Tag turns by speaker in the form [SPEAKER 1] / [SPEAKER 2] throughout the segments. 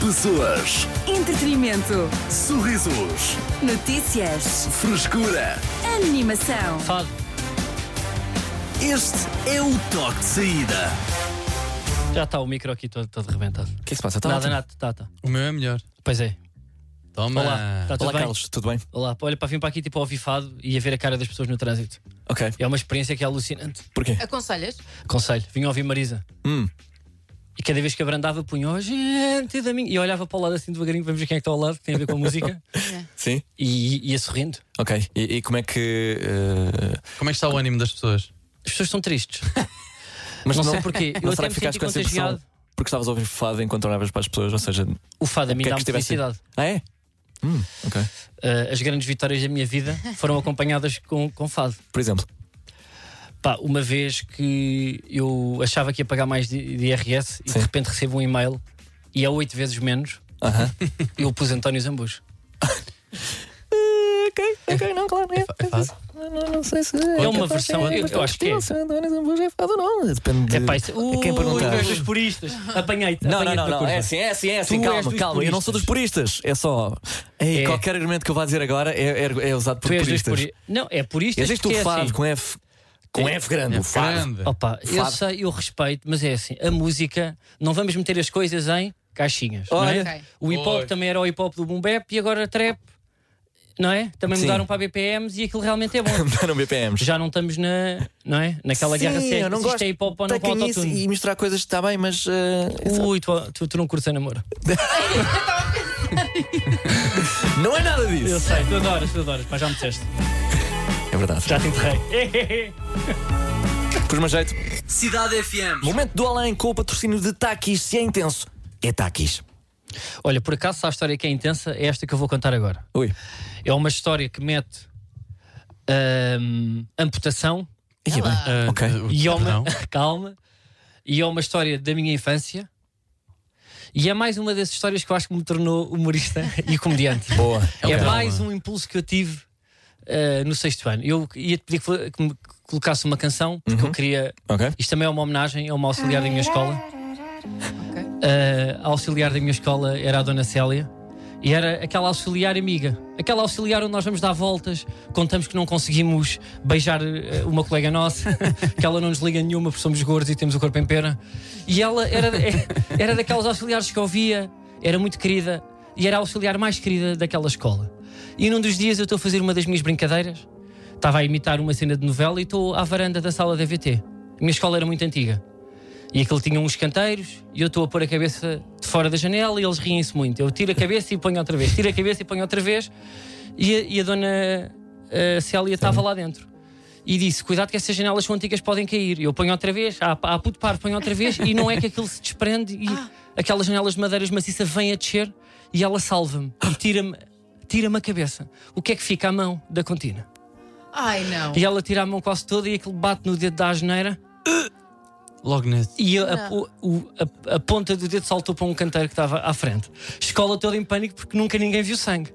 [SPEAKER 1] Pessoas,
[SPEAKER 2] Entretenimento.
[SPEAKER 1] sorrisos,
[SPEAKER 2] Notícias.
[SPEAKER 1] frescura.
[SPEAKER 2] Animação.
[SPEAKER 3] Fado.
[SPEAKER 1] Este é o toque de saída.
[SPEAKER 3] Já está o micro aqui todo, todo rebentado.
[SPEAKER 4] O que é que se passa? Tá
[SPEAKER 3] nada,
[SPEAKER 4] ótimo.
[SPEAKER 3] nada, tá, tá.
[SPEAKER 5] O meu é melhor.
[SPEAKER 3] Pois é.
[SPEAKER 5] Toma.
[SPEAKER 3] Olá, está tudo
[SPEAKER 4] Olá,
[SPEAKER 3] bem?
[SPEAKER 4] Carlos, tudo bem?
[SPEAKER 3] Olá, olha, para vir para aqui tipo ao fado e a ver a cara das pessoas no trânsito.
[SPEAKER 4] Ok.
[SPEAKER 3] É uma experiência que é alucinante.
[SPEAKER 4] Porquê?
[SPEAKER 6] Aconselhas?
[SPEAKER 3] Conselho, vim ouvir Marisa.
[SPEAKER 4] Hum.
[SPEAKER 3] E cada vez que abrandava, punha oh, gente da minha. E olhava para o lado assim devagarinho, vamos ver quem é que está ao lado, que tem a ver com a música.
[SPEAKER 4] Sim?
[SPEAKER 3] E e ia sorrindo.
[SPEAKER 4] Ok. E, e como é que. eh,
[SPEAKER 5] Como é que está o ânimo das pessoas?
[SPEAKER 3] As pessoas estão tristes.
[SPEAKER 4] Mas
[SPEAKER 3] Não sei porquê.
[SPEAKER 4] Não
[SPEAKER 3] Eu
[SPEAKER 4] será
[SPEAKER 3] até
[SPEAKER 4] que
[SPEAKER 3] me
[SPEAKER 4] ficaste
[SPEAKER 3] senti
[SPEAKER 4] com essa impressão?
[SPEAKER 3] contagiado.
[SPEAKER 4] Porque estavas a ouvir fado enquanto olhavas para as pessoas, ou seja,
[SPEAKER 3] O fado a mim
[SPEAKER 4] que é que
[SPEAKER 3] dá-me
[SPEAKER 4] estivesse-
[SPEAKER 3] felicidade.
[SPEAKER 4] ah, é? Hum, ok.
[SPEAKER 3] Ah, as grandes vitórias da minha vida foram acompanhadas com, com fado.
[SPEAKER 4] Por exemplo,
[SPEAKER 3] Pá, uma vez que eu achava que ia pagar mais de, de IRS e
[SPEAKER 4] Sim.
[SPEAKER 3] de repente recebo um e-mail e é oito vezes menos,
[SPEAKER 4] Aham.
[SPEAKER 3] eu pus António Zambujo.
[SPEAKER 4] Ok, ok, não, claro. É, Não, sei se.
[SPEAKER 3] É uma versão, eu, eu acho que é.
[SPEAKER 4] Depende.
[SPEAKER 3] É pá, isso,
[SPEAKER 4] a quem perguntar.
[SPEAKER 3] Ui, dos puristas. Apanhei-te.
[SPEAKER 4] Não, não,
[SPEAKER 3] apanhei-te
[SPEAKER 4] não,
[SPEAKER 3] na
[SPEAKER 4] não.
[SPEAKER 3] curva.
[SPEAKER 4] É assim, é assim, é assim.
[SPEAKER 3] Tu és
[SPEAKER 4] Calma,
[SPEAKER 3] dos
[SPEAKER 4] calma. Eu não sou dos puristas. É só. Ei,
[SPEAKER 3] É.
[SPEAKER 4] Qualquer argumento que eu vá dizer agora é, é- é usado por
[SPEAKER 3] Tu és dos
[SPEAKER 4] puristas.
[SPEAKER 3] puri- Não, é puristas
[SPEAKER 4] Existe
[SPEAKER 3] porque
[SPEAKER 4] o
[SPEAKER 3] é
[SPEAKER 4] fado
[SPEAKER 3] assim. É.
[SPEAKER 4] com F. Com F grande. o fado.
[SPEAKER 5] Grande.
[SPEAKER 3] Opa, eu
[SPEAKER 4] Fado.
[SPEAKER 3] sei, eu respeito, mas é assim, a música, não vamos meter as coisas em caixinhas,
[SPEAKER 4] Olha.
[SPEAKER 3] não é?
[SPEAKER 6] Ok.
[SPEAKER 3] O hip hop
[SPEAKER 5] Oi.
[SPEAKER 3] também era o hip hop do boom bap e agora trap, não é? Também
[SPEAKER 4] Sim.
[SPEAKER 3] mudaram para BPMs e aquilo realmente é bom.
[SPEAKER 4] Mudaram BPMs.
[SPEAKER 3] Já não estamos na, não é? Naquela
[SPEAKER 4] Sim,
[SPEAKER 3] guerra
[SPEAKER 4] eu
[SPEAKER 3] séria,
[SPEAKER 4] não
[SPEAKER 3] se
[SPEAKER 4] gosto.
[SPEAKER 3] isto é hip hop ou não para o
[SPEAKER 4] Taquem isso
[SPEAKER 3] autotune.
[SPEAKER 4] e misturar coisas está bem, mas. eh,
[SPEAKER 3] Ui, tu, tu, tu não curtes a namoro.
[SPEAKER 4] não é nada disso.
[SPEAKER 3] sei, tu adoras, tu adoras, mas já me disseste.
[SPEAKER 4] É verdade.
[SPEAKER 3] te enterrei.
[SPEAKER 4] Por mais jeito.
[SPEAKER 1] Cidade FM.
[SPEAKER 4] Momento do além com o patrocínio de Takis. Se é intenso, é Takis.
[SPEAKER 3] Olha, por acaso, se há história que é intensa, é esta que eu vou contar agora.
[SPEAKER 4] Ui.
[SPEAKER 3] É uma história que mete ahm, amputação
[SPEAKER 4] Ih, é bem.
[SPEAKER 5] Ah,
[SPEAKER 4] Ok.
[SPEAKER 5] o-
[SPEAKER 3] e é uma,
[SPEAKER 5] perdão.
[SPEAKER 3] calma, e é uma história da minha infância. E é mais uma das histórias que eu acho que me tornou humorista e comediante.
[SPEAKER 4] Boa.
[SPEAKER 3] É
[SPEAKER 4] Ok.
[SPEAKER 3] mais um impulso que eu tive eh, no sexto ano. Eu ia te pedir que, fo- que me colocasse uma canção, porque eu queria.
[SPEAKER 4] Ok.
[SPEAKER 3] Isto também é uma homenagem a uma auxiliar da minha escola. Eh, a auxiliar da minha escola era a Dona Célia. E era aquela auxiliar amiga. Aquela auxiliar onde nós vamos dar voltas, contamos que não conseguimos beijar eh, uma colega nossa, que ela não nos liga nenhuma porque somos gordos e temos o corpo em pena. E ela era, eh, era daquelas auxiliares que eu ouvia, era muito querida e era a auxiliar mais querida daquela escola. E num dos dias eu estou a fazer uma das minhas brincadeiras, estava a imitar uma cena de novela e estou à varanda da sala da VT. A minha escola era muito antiga. E aquilo tinha uns canteiros e eu estou a pôr a cabeça de fora da janela e eles riem-se muito. Eu tiro a cabeça e ponho outra vez, tiro a cabeça e ponho outra vez. E a, e a dona eh, Célia estava lá dentro. E disse: Cuidado, que essas janelas são antigas, podem cair. E Eu ponho outra vez, ah, pá, ah, puto par, ponho outra vez. E não é que aquilo se desprende e aquelas janelas de madeiras maciça vêm a descer e ela salva-me e tira-me tira a cabeça. O que é que fica à mão da contina?
[SPEAKER 6] Ai, não.
[SPEAKER 3] E ela tira a mão quase toda e aquilo bate no dedo da asneira.
[SPEAKER 5] Logo nesse.
[SPEAKER 3] E a, o- o- a- a ponta do dedo saltou para um canteiro que estava à frente. Escola toda em pânico porque nunca ninguém viu sangue.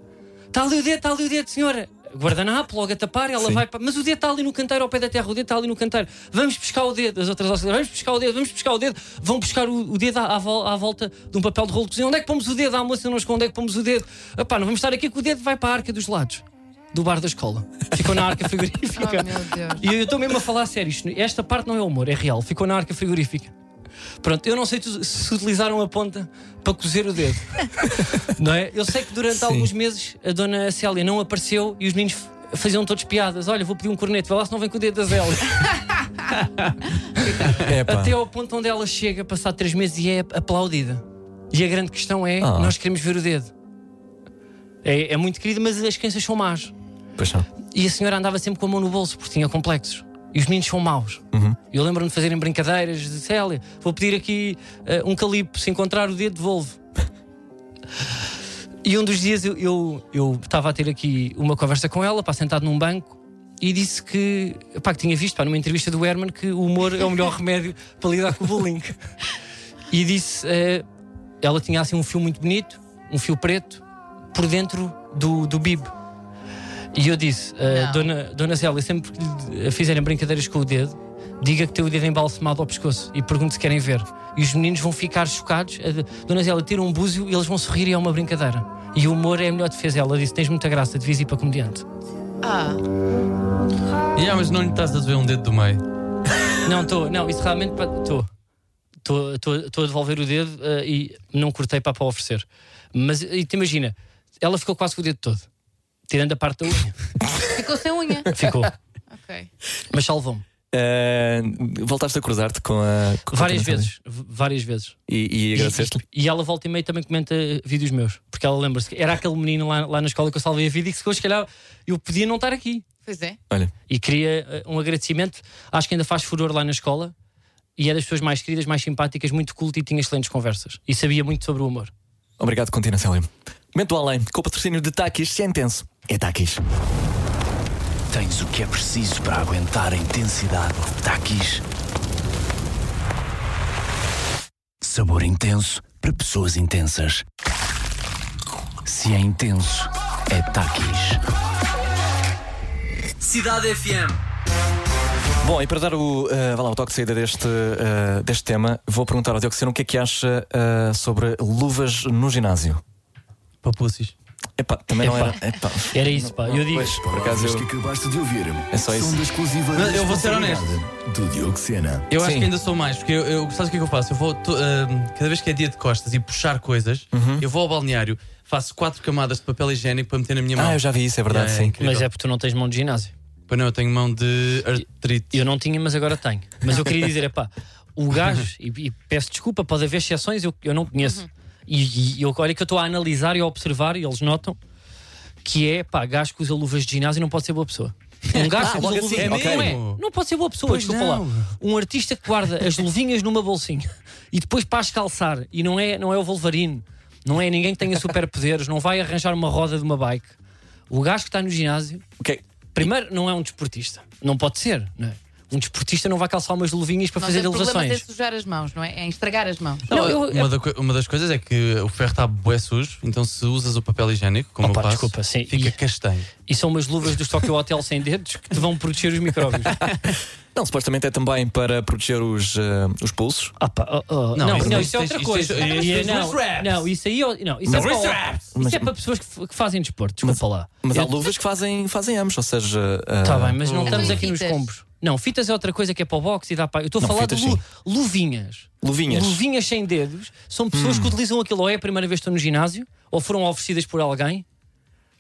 [SPEAKER 3] Está ali o dedo, está ali o dedo, senhora. Guardanapo, logo a tapar, ela vai para. Mas o dedo está ali no canteiro, ao pé da terra, o dedo está ali no canteiro. Vamos pescar o dedo. As outras auxiliares, vamos pescar o dedo, vamos pescar o dedo. Vão pescar o, o dedo à, à vol- à volta de um papel de rolo de cozinha. Onde é que pomos o dedo? À moça não esconde, onde é que pomos o dedo? Epá, não vamos estar aqui que o dedo vai para a arca dos lados. Do bar da escola. Ficou na arca frigorífica.
[SPEAKER 6] Oh, meu Deus.
[SPEAKER 3] E eu estou mesmo a falar a sério. isto- Esta parte não é humor, é real. Ficou na arca frigorífica. Pronto, eu não sei tu- se utilizaram a ponta para cozer o dedo. não é? Eu sei que durante alguns meses a dona Célia não apareceu e os meninos f- faziam todos piadas. Olha, vou pedir um corneto, vai lá se não vem com o dedo da Célia.
[SPEAKER 4] Epá.
[SPEAKER 3] Até ao ponto onde ela chega, passar três meses e é aplaudida. E a grande questão é:
[SPEAKER 4] Ah.
[SPEAKER 3] nós queremos ver o dedo. É, é muito querido, mas as crianças são más.
[SPEAKER 4] Paixão.
[SPEAKER 3] E a senhora andava sempre com a mão no bolso porque tinha complexos. E os meninos são maus. Eu lembro-me de fazerem brincadeiras de Célia, vou pedir aqui eh, um calipo, se encontrar o dedo, devolvo. e um dos dias eu, eu, eu estava a ter aqui uma conversa com ela, pá, sentado num banco, e disse que, pá, que tinha visto pá, numa entrevista do Herman que o humor é o melhor remédio para lidar com o bullying. e disse, eh, ela tinha assim um fio muito bonito, um fio preto, por dentro do, do bib. E eu disse, "Ah, eh,
[SPEAKER 6] Não.
[SPEAKER 3] dona, dona Célia, sempre que lhe fizerem brincadeiras com o dedo, diga que tem o dedo embalsamado ao pescoço e pergunte se querem ver. E os meninos vão ficar chocados. A de- Dona Zélia tira um búzio e eles vão sorrir e é uma brincadeira. E o humor é a melhor defesa. Ela disse: Tens muita graça, devias ir para comediante.
[SPEAKER 6] Ah,
[SPEAKER 5] Yeah, ah, mas não lhe estás a ver um dedo do meio.
[SPEAKER 3] Não, estou, não, isso realmente estou. Estou a devolver o dedo eh, e não cortei para para oferecer. Mas e te imagina, ela ficou quase com o dedo todo, tirando a parte da unha.
[SPEAKER 6] ficou sem unha.
[SPEAKER 3] Ficou,
[SPEAKER 6] ok.
[SPEAKER 3] mas salvou-me.
[SPEAKER 4] Ah, voltaste a cruzar-te com a. com é a
[SPEAKER 3] Várias
[SPEAKER 4] Tânia
[SPEAKER 3] vezes, v- várias vezes.
[SPEAKER 4] Sandra? E, e agradeceste-lhe.
[SPEAKER 3] E ela volta e meia também comenta vídeos meus, porque ela lembra-se que era aquele menino lá, lá na escola que eu salvei a vida e que se hoje, se calhar, eu podia não estar aqui.
[SPEAKER 6] Pois é.
[SPEAKER 4] Olha,
[SPEAKER 3] E queria eh, um agradecimento. Acho que ainda faz furor lá na escola. E é das pessoas mais queridas, mais simpáticas, muito culta e tinha excelentes conversas. E sabia muito sobre o humor.
[SPEAKER 4] obrigado, Contina Célia. Momento além, com o patrocínio de Takis, se é intenso, é Takis.
[SPEAKER 1] Tens o que é preciso para aguentar a intensidade. Tá Takis. Sabor intenso para pessoas intensas. Se é intenso, é Takis. Cidade FM.
[SPEAKER 4] Bom, e para dar o, ah, vá lá, o toque de saída deste, ah, deste tema, vou perguntar ao Dioxino o que é que acha ah, sobre luvas no ginásio.
[SPEAKER 5] Papússis.
[SPEAKER 4] Epá, também não
[SPEAKER 3] Epá.
[SPEAKER 4] era. Epá.
[SPEAKER 3] Era isso, pá. Eu digo.
[SPEAKER 4] Pois, por acaso eu.
[SPEAKER 1] que acabaste de ouvir
[SPEAKER 4] É só isso.
[SPEAKER 1] da exclusiva
[SPEAKER 5] Não, eu vou ser honesto.
[SPEAKER 1] responsabilidade do Dioxena.
[SPEAKER 5] Eu acho
[SPEAKER 4] Sim.
[SPEAKER 5] que ainda sou mais, porque eu, eu sabes o que é que eu faço? Eu vou to- ahm, cada vez que é dia de costas e puxar coisas,
[SPEAKER 4] Uhum.
[SPEAKER 5] eu vou ao balneário, faço quatro camadas de papel higiênico para meter na minha mão.
[SPEAKER 4] Ah, eu já vi isso, é verdade,
[SPEAKER 5] É,
[SPEAKER 4] sim.
[SPEAKER 5] incrível.
[SPEAKER 3] Mas é porque tu não tens mão de ginásio.
[SPEAKER 5] Pois não, eu tenho mão de artrite.
[SPEAKER 3] Eu não tinha, mas agora tenho. Mas eu queria dizer, é pá, o gajo, e, e peço desculpa, pode haver exceções, eu, eu não conheço. E, e eu, olha que eu estou a analisar e a observar, e eles notam, que é, pá, gajo que usa luvas de ginásio não pode ser boa pessoa. Um gajo que usa
[SPEAKER 4] logo
[SPEAKER 3] luvas
[SPEAKER 4] assim,
[SPEAKER 3] de
[SPEAKER 4] ok.
[SPEAKER 3] não, é, não pode ser boa pessoa,
[SPEAKER 5] Pois
[SPEAKER 3] desculpa
[SPEAKER 5] não.
[SPEAKER 3] lá. Um artista que guarda as luvinhas numa bolsinha e depois para as calçar, e não é, não é o Wolverine, não é ninguém que tenha superpoderes, não vai arranjar uma roda de uma bike. O gajo que está no ginásio
[SPEAKER 4] Ok.
[SPEAKER 3] Primeiro, não é um desportista. Não pode ser, não é? Um desportista não vai calçar umas luvinhas para
[SPEAKER 6] Nós
[SPEAKER 3] fazer
[SPEAKER 6] o problema é
[SPEAKER 3] ilustrações.
[SPEAKER 6] sujar as mãos, não é? É em estragar as mãos.
[SPEAKER 3] Não, eu-
[SPEAKER 5] uma, da co- uma das coisas é que o ferro está bué sujo, então se usas o papel higiênico, como
[SPEAKER 3] Opa,
[SPEAKER 5] eu faço,
[SPEAKER 3] desculpa, sim.
[SPEAKER 5] fica
[SPEAKER 3] E-
[SPEAKER 5] castanho.
[SPEAKER 3] E são umas luvas do Tokyo Hotel sem dedos que te vão proteger os micróbios.
[SPEAKER 4] Não, supostamente é também para proteger os, ah, os pulsos.
[SPEAKER 3] Ah pá, oh, oh,
[SPEAKER 5] Não,
[SPEAKER 3] Não,
[SPEAKER 5] isso-
[SPEAKER 3] não, isso é
[SPEAKER 5] isto-
[SPEAKER 3] outra
[SPEAKER 5] isto-
[SPEAKER 3] coisa.
[SPEAKER 5] isto-
[SPEAKER 3] E-
[SPEAKER 5] isto-
[SPEAKER 3] não,
[SPEAKER 5] isto- isto-
[SPEAKER 3] Não, isso aí. oh, Não, isso é
[SPEAKER 5] Mas-
[SPEAKER 3] para, isso é para pessoas que, f- que fazem desporto. Desculpa lá.
[SPEAKER 4] Mas há
[SPEAKER 3] Eu-
[SPEAKER 4] luvas que fazem, fazem ambos, ou seja. ah,
[SPEAKER 3] Tá bem, mas não
[SPEAKER 5] Então
[SPEAKER 3] estamos
[SPEAKER 6] e
[SPEAKER 3] aqui nos
[SPEAKER 6] Hum. fitas?
[SPEAKER 3] combos. Não, fitas é outra coisa que é para o boxe e dá para. Eu estou a
[SPEAKER 4] Não,
[SPEAKER 3] falar de
[SPEAKER 4] fitas,
[SPEAKER 3] lu-
[SPEAKER 4] sim.
[SPEAKER 3] luvinhas.
[SPEAKER 4] Luvinhas.
[SPEAKER 3] Luvinhas sem dedos são pessoas que utilizam aquilo ou é a primeira vez que estão no ginásio ou foram oferecidas por alguém.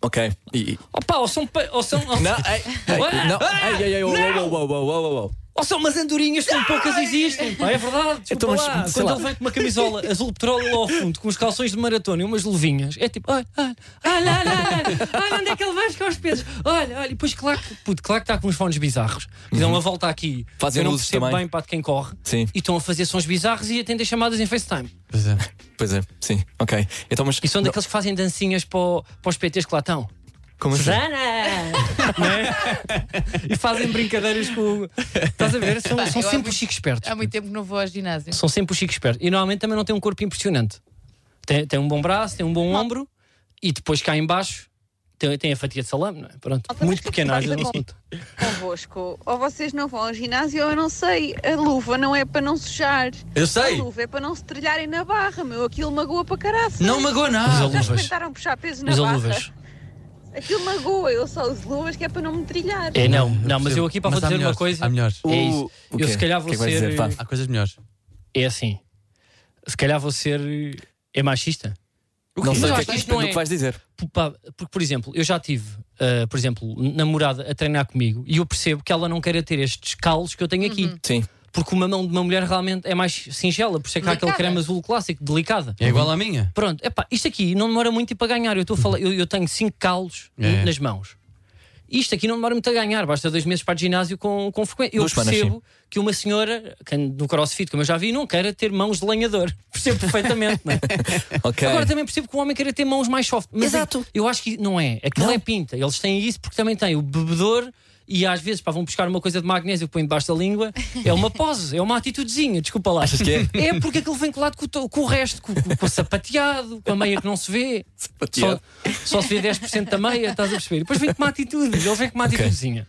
[SPEAKER 4] Ok. E-
[SPEAKER 3] Opa, ou são. pa- Ou são ou-
[SPEAKER 4] Não, ei, ei, não, ei, ei, ei, oh, oh, oh, oh, oh, oh, oh.
[SPEAKER 3] Ou são umas andorinhas que tão poucas existem. Pá, é verdade. desculpa
[SPEAKER 4] Então, mas,
[SPEAKER 3] lá.
[SPEAKER 4] sei
[SPEAKER 3] Quando
[SPEAKER 4] lá.
[SPEAKER 3] ele vem com uma camisola azul petróleo lá ao fundo, com os calções de maratona e umas luvinhas, é tipo, olha, olha, olha, olha, olha, olha onde é que ele vai buscar os pesos. Olha, olha, e depois claro que, puto, claro que está com uns fones bizarros. E dão uma volta aqui.
[SPEAKER 4] Fazem
[SPEAKER 3] eu não
[SPEAKER 4] luzes
[SPEAKER 3] percebo
[SPEAKER 4] também.
[SPEAKER 3] bem para de quem corre.
[SPEAKER 4] Sim.
[SPEAKER 3] E estão a fazer sons bizarros e atendem chamadas em FaceTime.
[SPEAKER 5] Pois é.
[SPEAKER 4] Pois é, sim, ok. Então, mas.
[SPEAKER 3] E são daqueles que fazem dancinhas para, o- para os PTs que lá estão.
[SPEAKER 4] Como assim?
[SPEAKER 3] Susana! Não é? E fazem brincadeiras com. Estás a ver? São,
[SPEAKER 6] Pá,
[SPEAKER 3] são
[SPEAKER 6] eu
[SPEAKER 3] sempre
[SPEAKER 6] há muito-
[SPEAKER 3] os chicos espertos.
[SPEAKER 6] Há muito tempo que não vou ao ginásio.
[SPEAKER 3] são sempre os chicos espertos. E normalmente também não têm um corpo impressionante. Tem, tem um bom braço, tem um bom ombro e depois cá em baixo tem, tem a fatia de salame, não é? Pronto.
[SPEAKER 7] Malta,
[SPEAKER 3] Muito
[SPEAKER 7] mas o que é que
[SPEAKER 3] pequena às
[SPEAKER 7] se
[SPEAKER 3] vezes.
[SPEAKER 7] passa
[SPEAKER 3] não se
[SPEAKER 7] com-
[SPEAKER 3] nota.
[SPEAKER 7] convosco. Ou vocês não vão ao ginásio, ou eu não sei. A luva não é para não sujar.
[SPEAKER 5] Eu
[SPEAKER 7] A luva é para não se trilharem na barra, meu. Aquilo magoa para caraças.
[SPEAKER 5] Não magoa nada!
[SPEAKER 7] Já
[SPEAKER 3] luvas.
[SPEAKER 7] experimentaram puxar peso é na
[SPEAKER 3] Usa
[SPEAKER 7] barra?
[SPEAKER 3] luvas.
[SPEAKER 7] Aquilo magoa. Eu só uso luvas que é para não me trilhar.
[SPEAKER 3] É, não, não, mas
[SPEAKER 5] percebo.
[SPEAKER 3] eu aqui para vou
[SPEAKER 5] Mas há
[SPEAKER 3] dizer uma
[SPEAKER 5] melhores,
[SPEAKER 3] coisa.
[SPEAKER 5] Há melhores.
[SPEAKER 3] É
[SPEAKER 4] O-
[SPEAKER 3] isso.
[SPEAKER 4] o
[SPEAKER 3] Eu
[SPEAKER 4] quê?
[SPEAKER 3] se calhar
[SPEAKER 4] O
[SPEAKER 3] vou
[SPEAKER 4] que é que vais
[SPEAKER 3] ser.
[SPEAKER 4] dizer? Vá.
[SPEAKER 5] Há coisas melhores.
[SPEAKER 3] É assim. Se calhar vou ser. É machista?
[SPEAKER 4] Não sei
[SPEAKER 3] Eu
[SPEAKER 4] o que é
[SPEAKER 3] acho
[SPEAKER 4] que
[SPEAKER 3] que isto
[SPEAKER 4] depende
[SPEAKER 3] não
[SPEAKER 4] do que
[SPEAKER 3] é-
[SPEAKER 4] vais dizer.
[SPEAKER 3] P- pá, Porque, por exemplo, eu já tive, ah, por exemplo, namorada a treinar comigo e eu percebo que ela não queira ter estes calos que eu tenho
[SPEAKER 7] Uhum.
[SPEAKER 3] aqui.
[SPEAKER 4] Sim.
[SPEAKER 3] Porque uma mão de uma mulher realmente é mais singela, por isso é que há aquele
[SPEAKER 6] Delicada.
[SPEAKER 3] creme azul clássico, delicada.
[SPEAKER 5] É igual à minha.
[SPEAKER 3] Pronto, epá, isto aqui não demora muito para ganhar. Eu, estou a falar, eu, eu tenho 5 calos
[SPEAKER 5] É.
[SPEAKER 3] nas mãos. Isto aqui não demora muito a ganhar, basta dois meses para o ginásio com, com frequência. Eu
[SPEAKER 4] Duas semanas,
[SPEAKER 3] percebo que uma senhora que ande no crossfit, como eu já vi, não queira ter mãos de lenhador. Percebo perfeitamente, não é?
[SPEAKER 4] Ok.
[SPEAKER 3] Agora também percebo que o homem queira ter mãos mais soft. Mas
[SPEAKER 4] Exato.
[SPEAKER 3] Eu, eu acho que não é. Aquilo é pinta. Eles têm isso porque também têm o bebedor e às vezes pá, vão buscar uma coisa de magnésio que põem debaixo da língua. É uma pose, é uma atitudezinha, desculpa lá.
[SPEAKER 4] Achas que é?
[SPEAKER 3] É porque aquilo vem colado com, o to- com o resto, com, com- com o sapateado, com a meia que não se vê. Só,
[SPEAKER 4] Sapateado.
[SPEAKER 3] só se vê 10% da meia, estás a perceber? E Depois vem com uma atitude, eles vêm com uma atitudezinha.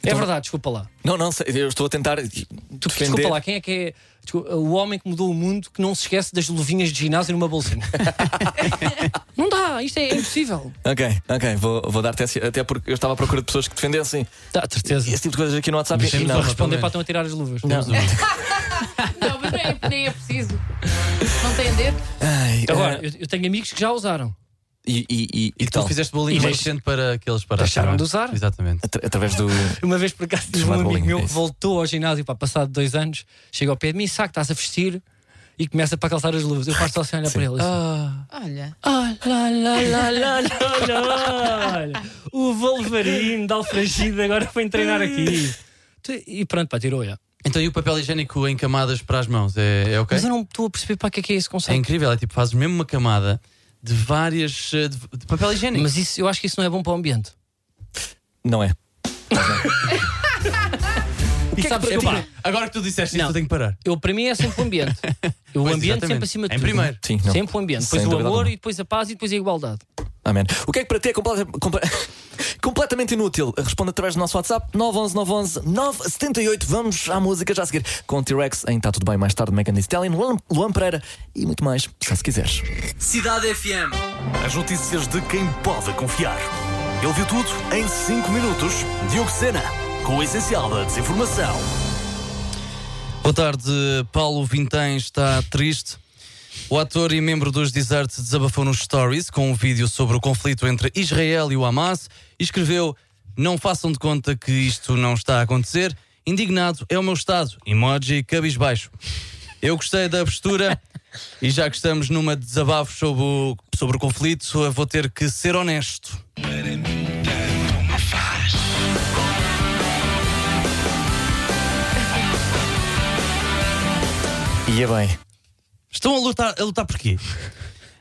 [SPEAKER 3] É
[SPEAKER 4] Então-
[SPEAKER 3] verdade, desculpa lá.
[SPEAKER 4] Não, não, sei, eu estou a tentar defender.
[SPEAKER 3] Desculpa lá, quem é que é desculpa, o homem que mudou o mundo que não se esquece das luvinhas de ginásio numa bolsinha? não dá, isto é impossível.
[SPEAKER 4] Ok, ok, vou, vou dar-te essa, até porque eu estava à procura de pessoas que defendessem
[SPEAKER 3] Dá, certeza.
[SPEAKER 4] esse tipo de coisas aqui no WhatsApp.
[SPEAKER 3] Mas
[SPEAKER 4] e
[SPEAKER 3] temos
[SPEAKER 4] não.
[SPEAKER 3] a responder para estão a tirar as luvas. Temos uma.
[SPEAKER 6] Não, mas não é- nem é preciso. Não tem dedo?
[SPEAKER 4] Ai,
[SPEAKER 3] Então, Agora,
[SPEAKER 4] ah,
[SPEAKER 3] eu, eu tenho amigos que já usaram.
[SPEAKER 4] e, e, e, e
[SPEAKER 5] E tu
[SPEAKER 4] tal?
[SPEAKER 5] fizeste
[SPEAKER 3] E
[SPEAKER 5] bolinho
[SPEAKER 3] deixa-
[SPEAKER 5] recente para aqueles para
[SPEAKER 3] Deixaram de usar.
[SPEAKER 5] Exatamente.
[SPEAKER 4] Atra- Através do.
[SPEAKER 3] Uma vez por acaso tive um
[SPEAKER 4] Chamado
[SPEAKER 3] amigo
[SPEAKER 4] bullying,
[SPEAKER 3] meu
[SPEAKER 4] é
[SPEAKER 3] que
[SPEAKER 4] isso.
[SPEAKER 3] voltou ao ginásio para passado dois anos, chega ao pé de mim, saco, estás a vestir e começa para calçar as luvas. Eu faço assim olhar para ele. Assim.
[SPEAKER 6] Olha.
[SPEAKER 3] Ah, lá, lá, lá, lá, lá, lá, olha. O Wolverine da Alfragida agora foi treinar aqui. Tu- E pronto, pá, tirou já.
[SPEAKER 5] Então e o papel higiênico em camadas para as mãos? É, é ok?
[SPEAKER 3] Mas eu não estou a perceber para que é que é esse
[SPEAKER 5] É
[SPEAKER 3] conceito.
[SPEAKER 5] incrível, é tipo, fazes mesmo uma camada de várias. eh, de, de papel higiênico.
[SPEAKER 3] Mas isso, eu acho que isso não é bom para o ambiente.
[SPEAKER 4] Não é.
[SPEAKER 3] E sabes que eu, pá,
[SPEAKER 5] Agora que tu disseste
[SPEAKER 3] Não.
[SPEAKER 5] isso, eu tenho que parar.
[SPEAKER 3] eu, para mim é sempre o ambiente. Eu, o
[SPEAKER 5] Pois,
[SPEAKER 3] ambiente
[SPEAKER 5] exatamente.
[SPEAKER 3] sempre acima de
[SPEAKER 5] Em
[SPEAKER 3] tudo. né? é?
[SPEAKER 5] primeiro.
[SPEAKER 4] Sim, não.
[SPEAKER 3] Sempre o ambiente.
[SPEAKER 4] Sem
[SPEAKER 3] Depois o
[SPEAKER 4] dúvida
[SPEAKER 3] amor,
[SPEAKER 4] alguma.
[SPEAKER 3] e depois a paz, e depois a igualdade.
[SPEAKER 4] Amém. O que é que para ti é completa- comple- completamente inútil? Responde através do nosso WhatsApp 911 911 978. Vamos à música já a seguir com T-Rex em Tá Tudo Bem Mais Tarde, Megan Thee Stallion, Luan, Luan Pereira e muito mais, se quiseres.
[SPEAKER 8] Cidade FM.
[SPEAKER 1] As notícias de quem pode confiar. Ele viu tudo em 5 minutos. Diogo Sena, com o essencial da desinformação.
[SPEAKER 5] Boa tarde, Paulo Vintém está triste. O ator e membro dos Desert desabafou nos stories com um vídeo sobre o conflito entre Israel e o Hamas e escreveu: Não façam de conta que isto não está a acontecer. Indignado é o meu estado. Emoji cabisbaixo. Eu gostei da postura e já que estamos numa de desabafo sobre o, sobre o conflito, eu vou ter que ser honesto.
[SPEAKER 4] Ia é bem.
[SPEAKER 5] Estão a lutar, a lutar por quê?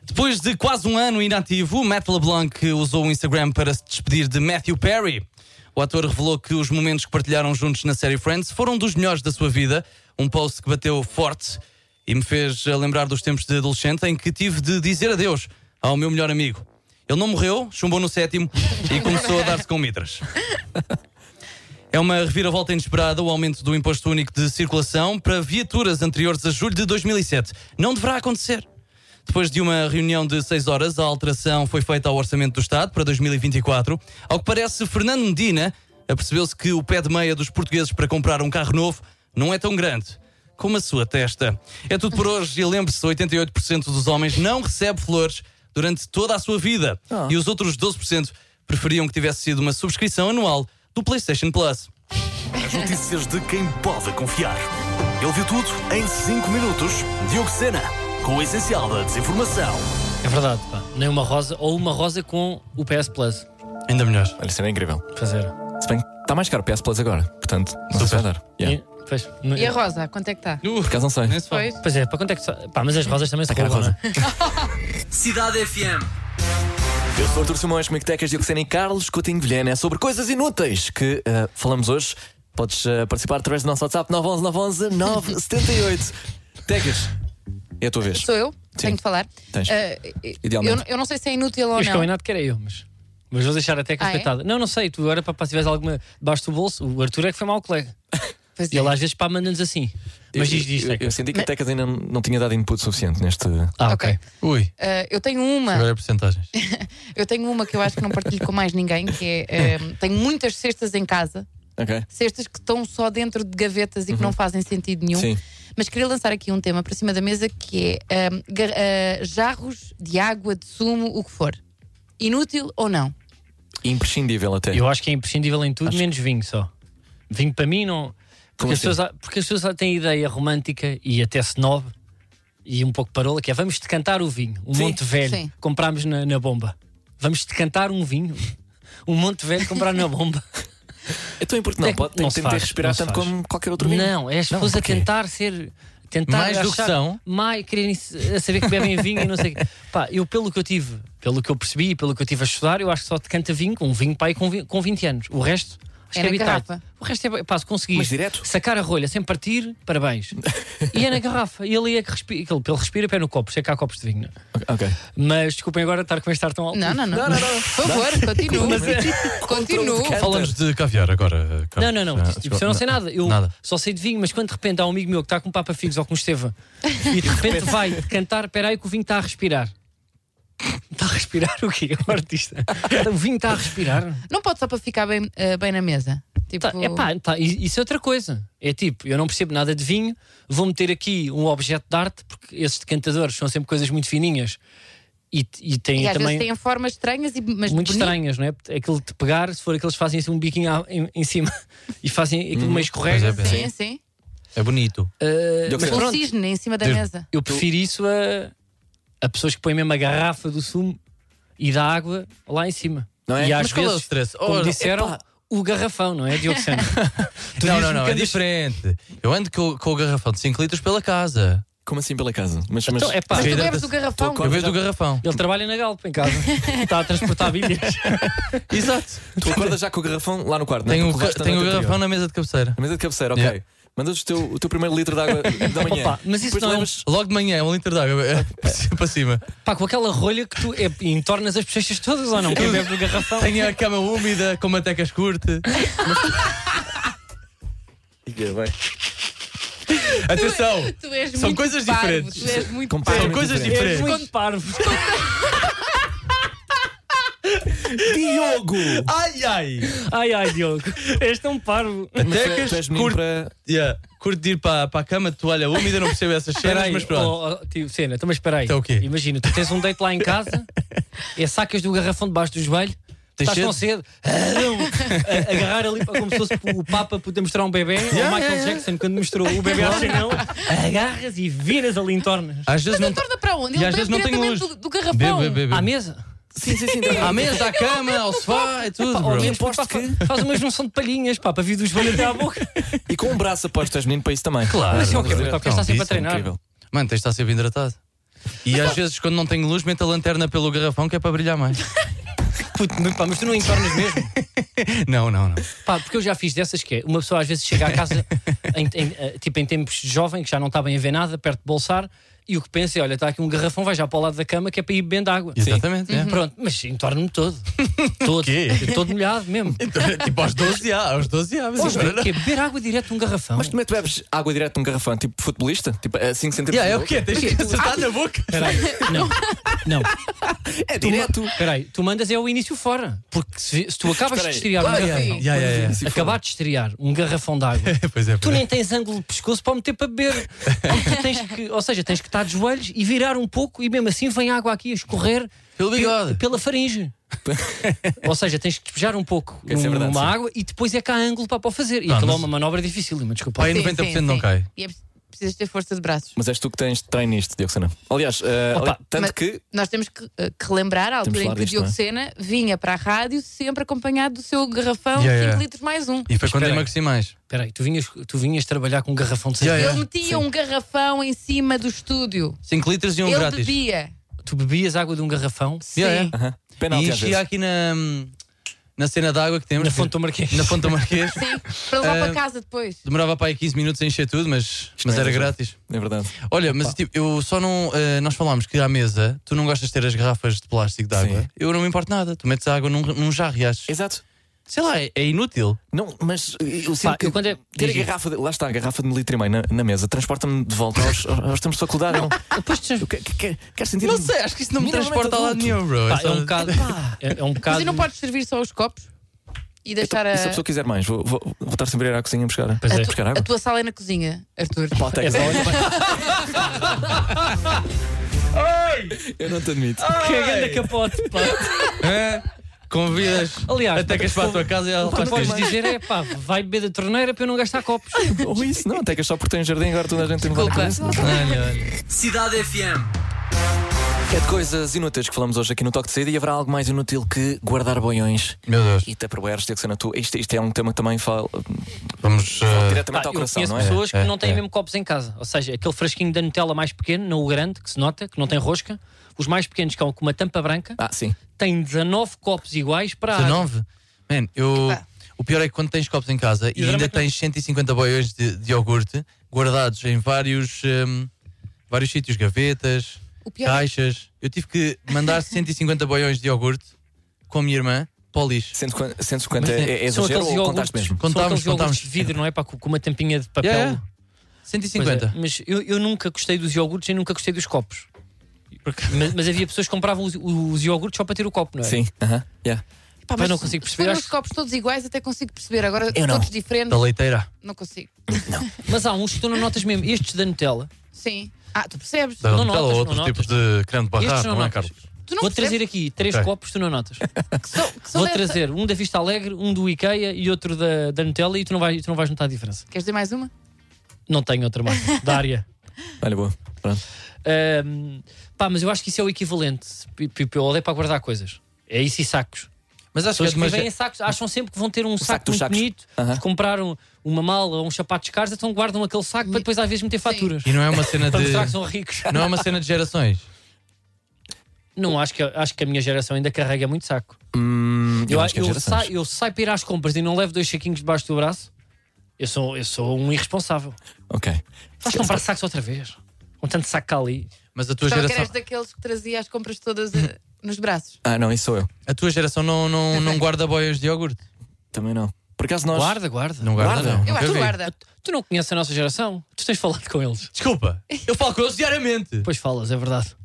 [SPEAKER 5] Depois de quase um ano inativo, Matt LeBlanc usou o Instagram para se despedir de Matthew Perry. O ator revelou que os momentos que partilharam juntos na série Friends foram dos melhores da sua vida. Um post que bateu forte e me fez eh, lembrar dos tempos de adolescente em que tive de dizer adeus ao meu melhor amigo. Ele não morreu, chumbou no sétimo e começou a dar-se com mitras. É uma reviravolta inesperada o aumento do imposto único de circulação para viaturas anteriores a julho de 2007. Não deverá acontecer. Depois de uma reunião de seis horas, a alteração foi feita ao Orçamento do Estado para 2024. Ao que parece, Fernando Medina apercebeu-se que o pé de meia dos portugueses para comprar um carro novo não é tão grande como a sua testa. É tudo por hoje e lembre-se: 88% dos homens não recebe flores durante toda a sua vida
[SPEAKER 3] Ah.
[SPEAKER 5] e os outros 12% preferiam que tivesse sido uma subscrição anual do PlayStation Plus.
[SPEAKER 1] As notícias de quem pode confiar. Ele viu tudo em 5 minutos. Diogo Sena, com o essencial da desinformação.
[SPEAKER 3] É verdade, pá. Nem uma rosa, ou uma rosa com o PS Plus.
[SPEAKER 5] Ainda melhor.
[SPEAKER 4] Olha, isso é incrível.
[SPEAKER 3] Fazer.
[SPEAKER 4] Se bem que está mais caro o PS Plus agora, portanto, não sei se vai dar. Yeah.
[SPEAKER 3] E- pois,
[SPEAKER 6] E a Rosa, quanto é que está?
[SPEAKER 4] Por acaso não sei.
[SPEAKER 5] Nem se fala.
[SPEAKER 6] Pois.
[SPEAKER 3] Pois é, para quanto é que. sa- Pá, mas as rosas também se
[SPEAKER 4] cara,
[SPEAKER 3] roubam,
[SPEAKER 4] rosa.
[SPEAKER 3] não é?
[SPEAKER 8] Cidade FM.
[SPEAKER 4] Eu sou Artur Simões, comigo Tecas, Diogo Sena e Carlos Coutinho de Vilhena. É sobre coisas inúteis que eh, falamos hoje. Podes eh, participar através do nosso WhatsApp 911 911 978. Tecas, é a tua vez.
[SPEAKER 6] Sou eu? Tenho de falar?
[SPEAKER 4] Tens.
[SPEAKER 6] Eh, eu,
[SPEAKER 4] Idealmente.
[SPEAKER 6] eu não sei se é inútil ou
[SPEAKER 3] Os
[SPEAKER 6] não.
[SPEAKER 3] combinado que era eu, mas. Mas vou deixar até que
[SPEAKER 6] Ah, é?
[SPEAKER 3] respeitada. Não, não sei, tu agora para, para se tivesse alguma debaixo do bolso, o Arthur é que foi mau colega.
[SPEAKER 6] Pois
[SPEAKER 3] E
[SPEAKER 6] é.
[SPEAKER 3] ele às vezes pá manda-nos assim. Mas diz, diz,
[SPEAKER 4] eu, eu,
[SPEAKER 3] Tecas.
[SPEAKER 4] senti que a Tecas ainda não, não tinha dado input suficiente neste.
[SPEAKER 3] Ah,
[SPEAKER 6] Ok.
[SPEAKER 3] ok.
[SPEAKER 5] Ui,
[SPEAKER 6] Eh, eu tenho uma.
[SPEAKER 5] agora é porcentagens.
[SPEAKER 6] Eu tenho uma que eu acho que não partilho com mais ninguém, que é eh, tenho muitas cestas em casa,
[SPEAKER 4] Ok.
[SPEAKER 6] cestas que estão só dentro de gavetas e que não fazem sentido nenhum.
[SPEAKER 4] Sim.
[SPEAKER 6] Mas queria lançar aqui um tema para cima da mesa que é ehm, gar- eh, jarros de água, de sumo, o que for. Inútil ou não?
[SPEAKER 4] Imprescindível até.
[SPEAKER 3] Eu acho que é imprescindível em tudo, menos vinho só. Vinho para mim não.
[SPEAKER 4] Como
[SPEAKER 3] Porque as,
[SPEAKER 4] assim?
[SPEAKER 3] pessoas, porque as pessoas têm a ideia romântica e até snob e um pouco parola, que é vamos decantar o vinho, um
[SPEAKER 4] Sim.
[SPEAKER 3] monte velho,
[SPEAKER 6] Sim.
[SPEAKER 3] comprámos na, na bomba. Vamos decantar um vinho, um monte velho, comprar na bomba.
[SPEAKER 4] É tão importante. Não,
[SPEAKER 3] Tec-
[SPEAKER 4] pode, tem
[SPEAKER 3] não
[SPEAKER 4] que
[SPEAKER 3] se
[SPEAKER 4] tentar
[SPEAKER 3] faz, não
[SPEAKER 4] respirar
[SPEAKER 3] se
[SPEAKER 4] tanto
[SPEAKER 3] faz.
[SPEAKER 4] como qualquer outro vinho.
[SPEAKER 3] Não, é as
[SPEAKER 4] Não,
[SPEAKER 3] pessoas a
[SPEAKER 4] porquê?
[SPEAKER 3] tentar ser. Tentar
[SPEAKER 5] Mais do que
[SPEAKER 3] achar-
[SPEAKER 5] são.
[SPEAKER 3] Mais, quererem se- a saber que bebem vinho e não sei o quê. Pá, eu pelo que eu tive, pelo que eu percebi e pelo que eu tive a estudar, eu acho que só te canta vinho, um vinho pai com, vi- com 20 anos. O resto, Acho
[SPEAKER 6] É
[SPEAKER 3] que
[SPEAKER 6] na
[SPEAKER 3] habitante.
[SPEAKER 6] garrafa.
[SPEAKER 3] O resto é. Pá, se conseguiste
[SPEAKER 4] Mas direto?
[SPEAKER 3] sacar a rolha sem partir, parabéns. e é na garrafa. E ele é que respira. Ele, ele respira pé no copo, sei que há copos de vinho. não é?
[SPEAKER 4] Ok.
[SPEAKER 3] Mas desculpem agora estar com este ar tão alto.
[SPEAKER 6] Não, não, não.
[SPEAKER 4] Não, não, não.
[SPEAKER 6] Por favor, continue.
[SPEAKER 5] é tipo um
[SPEAKER 4] Controle de
[SPEAKER 6] continue.
[SPEAKER 4] cara.
[SPEAKER 5] Falamos de caviar agora.
[SPEAKER 3] Não,
[SPEAKER 5] Carlos.
[SPEAKER 3] não, não.
[SPEAKER 5] Já-
[SPEAKER 3] Isto- isto eu não sei nada. Eu
[SPEAKER 5] Nada.
[SPEAKER 3] só sei de vinho, mas quando de repente há um amigo meu que está com um Papa Figos ou com um Esteva e de repente vai cantar, peraí que o vinho está a respirar. Está a respirar o quê? O artista. O vinho está a respirar.
[SPEAKER 6] Não pode só para ficar bem, eh, bem na mesa. Tipo,
[SPEAKER 3] Tá, epá, tá, i- isso é outra coisa. É tipo, eu não percebo nada de vinho, vou meter aqui um objeto de arte, porque esses decantadores são sempre coisas muito fininhas e, e têm
[SPEAKER 6] e às
[SPEAKER 3] também
[SPEAKER 6] vezes têm formas estranhas, e, mas
[SPEAKER 3] muito
[SPEAKER 6] bonito.
[SPEAKER 3] estranhas, não é? Aquilo de pegar, se for aqueles que fazem assim um biquinho à- em, em cima e fazem aquilo meio escorrega.
[SPEAKER 5] Pois
[SPEAKER 6] Sim, sim.
[SPEAKER 5] É bonito.
[SPEAKER 3] Ah,
[SPEAKER 4] Diogo
[SPEAKER 3] mas
[SPEAKER 4] Sena.
[SPEAKER 6] Um
[SPEAKER 3] pronto,
[SPEAKER 6] cisne em cima da
[SPEAKER 5] Diz-
[SPEAKER 6] mesa.
[SPEAKER 3] eu prefiro isso a, a pessoas que põem mesmo a garrafa do sumo e da água lá em cima.
[SPEAKER 4] Não é?
[SPEAKER 3] E às
[SPEAKER 5] Mas qual é o
[SPEAKER 3] vezes,
[SPEAKER 5] stress?
[SPEAKER 3] como
[SPEAKER 5] Oh,
[SPEAKER 3] disseram,
[SPEAKER 5] epá.
[SPEAKER 3] o garrafão, não é, Diogo Sena? Tu
[SPEAKER 5] não,
[SPEAKER 3] dizes
[SPEAKER 5] não, não, é
[SPEAKER 3] bocadinho-
[SPEAKER 5] diferente. Eu ando com, com o garrafão de 5 litros pela casa.
[SPEAKER 4] Como assim pela casa? Mas, mas...
[SPEAKER 3] Então, é pá,
[SPEAKER 6] Mas tu
[SPEAKER 5] Vida-
[SPEAKER 6] bebes o garrafão.
[SPEAKER 3] Então,
[SPEAKER 5] Eu vejo do garrafão.
[SPEAKER 3] Ele trabalha na Galp em casa. Está a transportar bilhas.
[SPEAKER 5] Exato.
[SPEAKER 4] tu acordas já com o garrafão lá no quarto,
[SPEAKER 5] Tenho,
[SPEAKER 4] não é?
[SPEAKER 5] o,
[SPEAKER 4] Porque
[SPEAKER 5] ga-
[SPEAKER 4] levaste a
[SPEAKER 5] tenho o
[SPEAKER 4] noite
[SPEAKER 5] garrafão
[SPEAKER 4] anterior.
[SPEAKER 5] na mesa de cabeceira.
[SPEAKER 4] A mesa de cabeceira, ok.
[SPEAKER 5] Yeah.
[SPEAKER 4] Mandas o teu, o teu primeiro litro de água da manhã.
[SPEAKER 3] Opa, mas isso
[SPEAKER 4] Depois
[SPEAKER 3] não é um-
[SPEAKER 4] levas-
[SPEAKER 5] Logo de manhã, um litro de água é, para cima- para cima.
[SPEAKER 3] Pá, com aquela rolha que tu é, entornas as bochechas todas ou não? Quem bebe do garrafão?
[SPEAKER 5] Tenho a cama úmida, com mantecas curte.
[SPEAKER 4] Fica bem.
[SPEAKER 5] Atenção!
[SPEAKER 6] Tu és
[SPEAKER 5] São
[SPEAKER 6] muito
[SPEAKER 5] coisas
[SPEAKER 6] parvo,
[SPEAKER 5] diferentes.
[SPEAKER 6] Tu és Um muito
[SPEAKER 5] São
[SPEAKER 4] Completamente
[SPEAKER 5] coisas
[SPEAKER 4] diferente.
[SPEAKER 3] És
[SPEAKER 5] diferentes.
[SPEAKER 3] muito parvo.
[SPEAKER 4] Diogo!
[SPEAKER 5] Ai, ai!
[SPEAKER 3] Ai, ai, Diogo. És tão parvo.
[SPEAKER 5] Mantecas
[SPEAKER 4] Tu és menino
[SPEAKER 5] curte.
[SPEAKER 4] para.
[SPEAKER 5] Yeah. Curto de ir para, para a cama, toalha úmida, não percebo essas
[SPEAKER 3] Espera
[SPEAKER 5] cenas,
[SPEAKER 3] aí,
[SPEAKER 5] mas pronto.
[SPEAKER 3] oh, oh, tio Sena, então, mas espera aí.
[SPEAKER 5] Então o quê?
[SPEAKER 3] Imagina, tu tens um date lá em casa, é sacas do garrafão debaixo do joelho,
[SPEAKER 5] Tens
[SPEAKER 3] estás com cedo, a, agarrar ali como se fosse o Papa poder mostrar um bebê, ou Michael Jackson quando mostrou o bebê ao Chanel, agarras e viras ali em tornas.
[SPEAKER 5] Às vezes não.
[SPEAKER 6] então Torna para onde?
[SPEAKER 5] E
[SPEAKER 6] Ele
[SPEAKER 5] às
[SPEAKER 6] bebe
[SPEAKER 5] vezes não tem
[SPEAKER 6] diretamente
[SPEAKER 5] luz.
[SPEAKER 6] do, do garrafão.
[SPEAKER 5] Bebe, bebe,
[SPEAKER 3] então À
[SPEAKER 5] bebe.
[SPEAKER 3] mesa?
[SPEAKER 4] Sim, sim, sim.
[SPEAKER 5] À mesa, à cama, ao sofá, é tudo, bro.
[SPEAKER 3] Mas, pá, fa- Faz uma junção de palhinhas, pá, para vir dos joelhos até à boca.
[SPEAKER 4] E com um braço aposto, tu és menino para isso também.
[SPEAKER 5] Claro.
[SPEAKER 3] Mas isso é o quê? O toque está sempre a
[SPEAKER 5] Ah, Isso é
[SPEAKER 3] treinar.
[SPEAKER 4] Incrível.
[SPEAKER 5] Mano, tens de estar sempre hidratado. E às vezes, quando não tenho luz, meto a lanterna pelo garrafão que é para brilhar mais.
[SPEAKER 3] Puto, mas, pá, mas tu não entornas mesmo.
[SPEAKER 5] Não, não, não.
[SPEAKER 3] Pá, porque eu já fiz dessas que é. Uma pessoa às vezes chega à casa, em, em, eh, tipo em tempos de jovem, que já não está bem a ver nada, perto de bolsar, e o que pensa é: olha, está aqui um garrafão, vai já para o lado da cama que é para ir bebendo água. Uhum.
[SPEAKER 5] Exatamente. é.
[SPEAKER 3] Pronto, mas entorno-me todo. todo.
[SPEAKER 5] quê?
[SPEAKER 3] Todo molhado mesmo.
[SPEAKER 5] tipo aos 12 A, aos 12 A. mas
[SPEAKER 3] Pois,
[SPEAKER 5] agora não.
[SPEAKER 3] que é beber água direto de um garrafão.
[SPEAKER 4] Mas como é que tu bebes água direto num garrafão? Tipo futebolista? Tipo a 5 centímetros?
[SPEAKER 5] Yeah, é
[SPEAKER 4] de
[SPEAKER 5] o quê? Tens que acertar na boca.
[SPEAKER 3] Peraí, não, não.
[SPEAKER 4] É direto.
[SPEAKER 3] Peraí, tu mandas é o início fora. Porque se, se tu acabas de
[SPEAKER 4] Espera aí.
[SPEAKER 3] estrear um
[SPEAKER 6] Claro que
[SPEAKER 3] garrafão,
[SPEAKER 6] sim.
[SPEAKER 5] Yeah, yeah, yeah.
[SPEAKER 4] Se for.
[SPEAKER 3] acabar de estrear um garrafão de água,
[SPEAKER 5] Pois é,
[SPEAKER 3] Tu
[SPEAKER 5] pois é.
[SPEAKER 3] nem tens ângulo de pescoço para o meter para beber. Porque tu tens que- ou seja, tens que estar de joelhos e virar um pouco e mesmo assim vem água aqui a escorrer
[SPEAKER 5] Pelo
[SPEAKER 3] pe-
[SPEAKER 5] bigode.
[SPEAKER 3] pela faringe. ou seja, tens que despejar um pouco
[SPEAKER 4] Isso é
[SPEAKER 3] num-
[SPEAKER 4] verdade,
[SPEAKER 3] numa
[SPEAKER 4] sim.
[SPEAKER 3] água e depois é que há ângulo para para o fazer. E
[SPEAKER 5] Não,
[SPEAKER 3] aquilo
[SPEAKER 5] mas-
[SPEAKER 3] é uma manobra difícil, mas desculpa.
[SPEAKER 5] Pai,
[SPEAKER 6] Sim,
[SPEAKER 5] 90%
[SPEAKER 6] sim,
[SPEAKER 5] não
[SPEAKER 6] sim.
[SPEAKER 5] cai.
[SPEAKER 6] E é preciso- precisas ter força de braços.
[SPEAKER 4] Mas és tu que tens de treino nisto, Diogo Sena. Aliás, eh,
[SPEAKER 3] Opa,
[SPEAKER 4] ali- tanto
[SPEAKER 6] mas-
[SPEAKER 4] que.
[SPEAKER 6] Nós temos que, eh, que relembrar a
[SPEAKER 4] Temos
[SPEAKER 6] altura
[SPEAKER 4] de
[SPEAKER 6] em
[SPEAKER 4] falar
[SPEAKER 6] que o
[SPEAKER 4] disto,
[SPEAKER 6] Diogo
[SPEAKER 4] não é?
[SPEAKER 6] Sena vinha para a rádio sempre acompanhado do seu garrafão
[SPEAKER 5] Yeah,
[SPEAKER 6] de 5
[SPEAKER 5] yeah.
[SPEAKER 6] litros mais um.
[SPEAKER 5] E foi quando
[SPEAKER 3] Espera aí.
[SPEAKER 5] emagreci mais.
[SPEAKER 3] Espera aí, tu vinhas, tu vinhas trabalhar com um garrafão de 6
[SPEAKER 5] Yeah,
[SPEAKER 6] Ele metia um garrafão em cima do estúdio.
[SPEAKER 5] 5 litros e um
[SPEAKER 6] Ele
[SPEAKER 5] grátis.
[SPEAKER 6] bebia.
[SPEAKER 3] Tu bebias água de um garrafão
[SPEAKER 6] Sim.
[SPEAKER 5] Yeah, yeah.
[SPEAKER 4] Aham.
[SPEAKER 5] E
[SPEAKER 4] Penalti às
[SPEAKER 5] enchia
[SPEAKER 4] vezes.
[SPEAKER 5] aqui na, na cena d'água que temos.
[SPEAKER 3] na fonte do Marquês.
[SPEAKER 5] Na Fonte do Marquês.
[SPEAKER 6] Sim, para levar
[SPEAKER 5] Eh,
[SPEAKER 6] para casa depois.
[SPEAKER 5] Demorava para aí 15 minutos a encher tudo, mas, mas
[SPEAKER 4] não é
[SPEAKER 5] era
[SPEAKER 4] exagero.
[SPEAKER 5] grátis.
[SPEAKER 4] É verdade.
[SPEAKER 5] Olha, mas tipo, eu só não. eh, nós falámos que à mesa tu não gostas de ter as garrafas de plástico de água.
[SPEAKER 4] Sim.
[SPEAKER 5] Eu não me importo nada. Tu metes a água num, num jarro e achas.
[SPEAKER 4] Exato.
[SPEAKER 5] Sei lá, é, é inútil.
[SPEAKER 4] Não, mas eh, eu sinto
[SPEAKER 3] Pá,
[SPEAKER 4] que
[SPEAKER 3] eu quando é-
[SPEAKER 4] ter a
[SPEAKER 3] diz isso.
[SPEAKER 4] garrafa, de, lá está, a garrafa de um litro e meio na, na mesa, transporta-me de volta aos, aos tempos de faculdade. Não.
[SPEAKER 3] Depois tu-
[SPEAKER 4] Eu que- que- que- quero sentir.
[SPEAKER 5] Não sei, acho que isso não me
[SPEAKER 4] Minimamente
[SPEAKER 5] transporta a lado
[SPEAKER 4] adulto.
[SPEAKER 5] nenhum, bro.
[SPEAKER 3] Pá,
[SPEAKER 5] só-
[SPEAKER 3] é um bocado. É, é um
[SPEAKER 6] Mas
[SPEAKER 3] bocado.
[SPEAKER 6] e não podes servir só os copos e
[SPEAKER 4] Então,
[SPEAKER 6] deixar a,
[SPEAKER 4] E se a pessoa quiser mais, vou, vou, vou estar sempre a ir à cozinha buscar,
[SPEAKER 3] é.
[SPEAKER 4] buscar
[SPEAKER 6] a
[SPEAKER 4] água.
[SPEAKER 6] tua sala é na cozinha, Arthur.
[SPEAKER 4] Pá, até
[SPEAKER 3] É
[SPEAKER 4] que-
[SPEAKER 3] só-
[SPEAKER 4] eu não te admito.
[SPEAKER 3] que grande capote, pá.
[SPEAKER 5] Hã? É? Convidas.
[SPEAKER 3] Aliás,
[SPEAKER 5] Atacas para a tua casa e ela
[SPEAKER 3] O que
[SPEAKER 5] faz
[SPEAKER 3] tu podes
[SPEAKER 5] tens.
[SPEAKER 3] dizer é pá, vai beber da torneira para eu não gastar copos.
[SPEAKER 4] Ou isso, não, até que é só porque tem jardim, agora toda a gente tem um
[SPEAKER 6] Desculpa.
[SPEAKER 5] Olha, olha.
[SPEAKER 8] Cidade FM.
[SPEAKER 4] É de coisas inúteis que falamos hoje aqui no Toque de Saída e haverá algo mais inútil que guardar boiões
[SPEAKER 5] Meu Deus.
[SPEAKER 4] e tupperwares, Diogo Sena, tu. Isto, isto é um tema que também fala
[SPEAKER 5] Vamos. eh,
[SPEAKER 4] diretamente
[SPEAKER 3] Pá,
[SPEAKER 4] ao coração,
[SPEAKER 3] Ah, eu conheço
[SPEAKER 4] não é?
[SPEAKER 3] pessoas que
[SPEAKER 5] É,
[SPEAKER 3] não têm
[SPEAKER 5] é.
[SPEAKER 3] mesmo copos em casa. Ou seja, aquele frasquinho da Nutella mais pequeno, não o grande, que se nota, que não tem rosca. Os mais pequenos, que é um com uma tampa branca,
[SPEAKER 4] Ah, sim.
[SPEAKER 3] têm 19 copos iguais para a água.
[SPEAKER 5] 19? Man, eu.
[SPEAKER 6] Epá.
[SPEAKER 5] O pior é que quando tens copos em casa e ainda
[SPEAKER 3] Geralmente não.
[SPEAKER 5] tens 150 boiões de, de iogurte guardados em vários, hum, vários sítios, gavetas,
[SPEAKER 6] O pior é
[SPEAKER 5] caixas. Eu tive que mandar 150 boiões de iogurte com a minha irmã para o lixo.
[SPEAKER 4] 150, 150
[SPEAKER 3] Mas,
[SPEAKER 4] é,
[SPEAKER 3] né,
[SPEAKER 4] é
[SPEAKER 3] são
[SPEAKER 4] exagero
[SPEAKER 3] aqueles
[SPEAKER 4] ou
[SPEAKER 3] iogurtes-
[SPEAKER 4] contaste mesmo?
[SPEAKER 3] São
[SPEAKER 5] Contávamos,
[SPEAKER 3] aqueles iogurtes
[SPEAKER 5] contávamos.
[SPEAKER 3] de vidro, não é? Pá, com com uma tampinha de papel.
[SPEAKER 5] Yeah, yeah.
[SPEAKER 3] Pois é,
[SPEAKER 5] 150.
[SPEAKER 3] mas eu, eu nunca gostei dos iogurtes e nunca gostei dos copos. Mas, mas havia pessoas que compravam os, os iogurtes só para ter o copo, não é?
[SPEAKER 4] Sim. aham, yeah.
[SPEAKER 6] Pá,
[SPEAKER 3] Pá, não consigo
[SPEAKER 6] se
[SPEAKER 3] perceber,
[SPEAKER 6] forem
[SPEAKER 3] acho-
[SPEAKER 6] os copos todos iguais, até consigo perceber. Agora,
[SPEAKER 4] Eu não.
[SPEAKER 6] todos diferentes,
[SPEAKER 5] Da leiteira.
[SPEAKER 6] não consigo.
[SPEAKER 3] Mas há uns que tu não notas mesmo. Estes da Nutella.
[SPEAKER 6] Sim. Ah, tu percebes?
[SPEAKER 5] Da
[SPEAKER 3] Não
[SPEAKER 5] Nutella
[SPEAKER 3] notas,
[SPEAKER 5] ou
[SPEAKER 3] não
[SPEAKER 5] outros
[SPEAKER 3] notas.
[SPEAKER 5] tipos de creme de
[SPEAKER 3] Estes
[SPEAKER 5] barrar,
[SPEAKER 3] não
[SPEAKER 5] não, é,
[SPEAKER 3] notas.
[SPEAKER 5] Carlos?
[SPEAKER 6] Tu não
[SPEAKER 3] Vou
[SPEAKER 6] percebes
[SPEAKER 3] trazer aqui três
[SPEAKER 5] Ok.
[SPEAKER 3] copos, tu não notas.
[SPEAKER 6] que são, que são
[SPEAKER 3] Vou
[SPEAKER 6] dessa-
[SPEAKER 3] trazer um da Vista Alegre, um do IKEA e outro da, da Nutella e tu não, vais, tu não vais notar a diferença.
[SPEAKER 6] Queres dizer mais uma?
[SPEAKER 3] Não tenho outra marca. da área.
[SPEAKER 4] Olha, boa. Pronto.
[SPEAKER 3] Ahm, pá, mas eu acho que isso é o equivalente. P- p- Eu odeio para guardar coisas. É isso e sacos.
[SPEAKER 5] Mas acho que é
[SPEAKER 3] Pessoas que vivem em
[SPEAKER 5] demasiado.
[SPEAKER 3] sacos acham sempre que vão ter um
[SPEAKER 4] saco
[SPEAKER 3] saco,
[SPEAKER 4] dos
[SPEAKER 3] muito
[SPEAKER 4] sacos.
[SPEAKER 3] bonito,
[SPEAKER 4] Aham.
[SPEAKER 3] compraram uma mala ou uns sapatos caros, então guardam aquele saco para depois às vezes meter faturas.
[SPEAKER 5] E não é uma cena
[SPEAKER 3] Para mostrar que
[SPEAKER 5] de.
[SPEAKER 3] são ricos.
[SPEAKER 5] Não é uma cena de gerações.
[SPEAKER 3] Não, acho que, acho que a minha geração ainda carrega muito saco.
[SPEAKER 4] Hum, eu,
[SPEAKER 3] Eu,
[SPEAKER 4] acho que é
[SPEAKER 3] eu
[SPEAKER 4] gerações.
[SPEAKER 3] saio, eu saio para ir às compras e não levo dois saquinhos debaixo do braço. Eu sou, eu sou um irresponsável.
[SPEAKER 4] Ok.
[SPEAKER 3] Vais comprar sacos outra vez. Com tanto saco cá ali.
[SPEAKER 5] Mas a tua
[SPEAKER 6] Estava que
[SPEAKER 5] geração.
[SPEAKER 6] eras daqueles que trazia as compras todas eh, nos braços.
[SPEAKER 4] Ah, não, isso sou eu.
[SPEAKER 5] A tua geração não, não, não guarda boias de iogurte.
[SPEAKER 4] Também não. Por acaso nós.
[SPEAKER 3] Guarda, guarda.
[SPEAKER 5] Não guarda,
[SPEAKER 4] Guarda?
[SPEAKER 5] não.
[SPEAKER 6] Eu
[SPEAKER 5] Nunca
[SPEAKER 6] acho que
[SPEAKER 5] vi.
[SPEAKER 6] guarda.
[SPEAKER 3] Tu não conheces a nossa geração? Tu tens falado com eles.
[SPEAKER 5] Desculpa, eu falo com eles diariamente.
[SPEAKER 3] Pois falas, é verdade.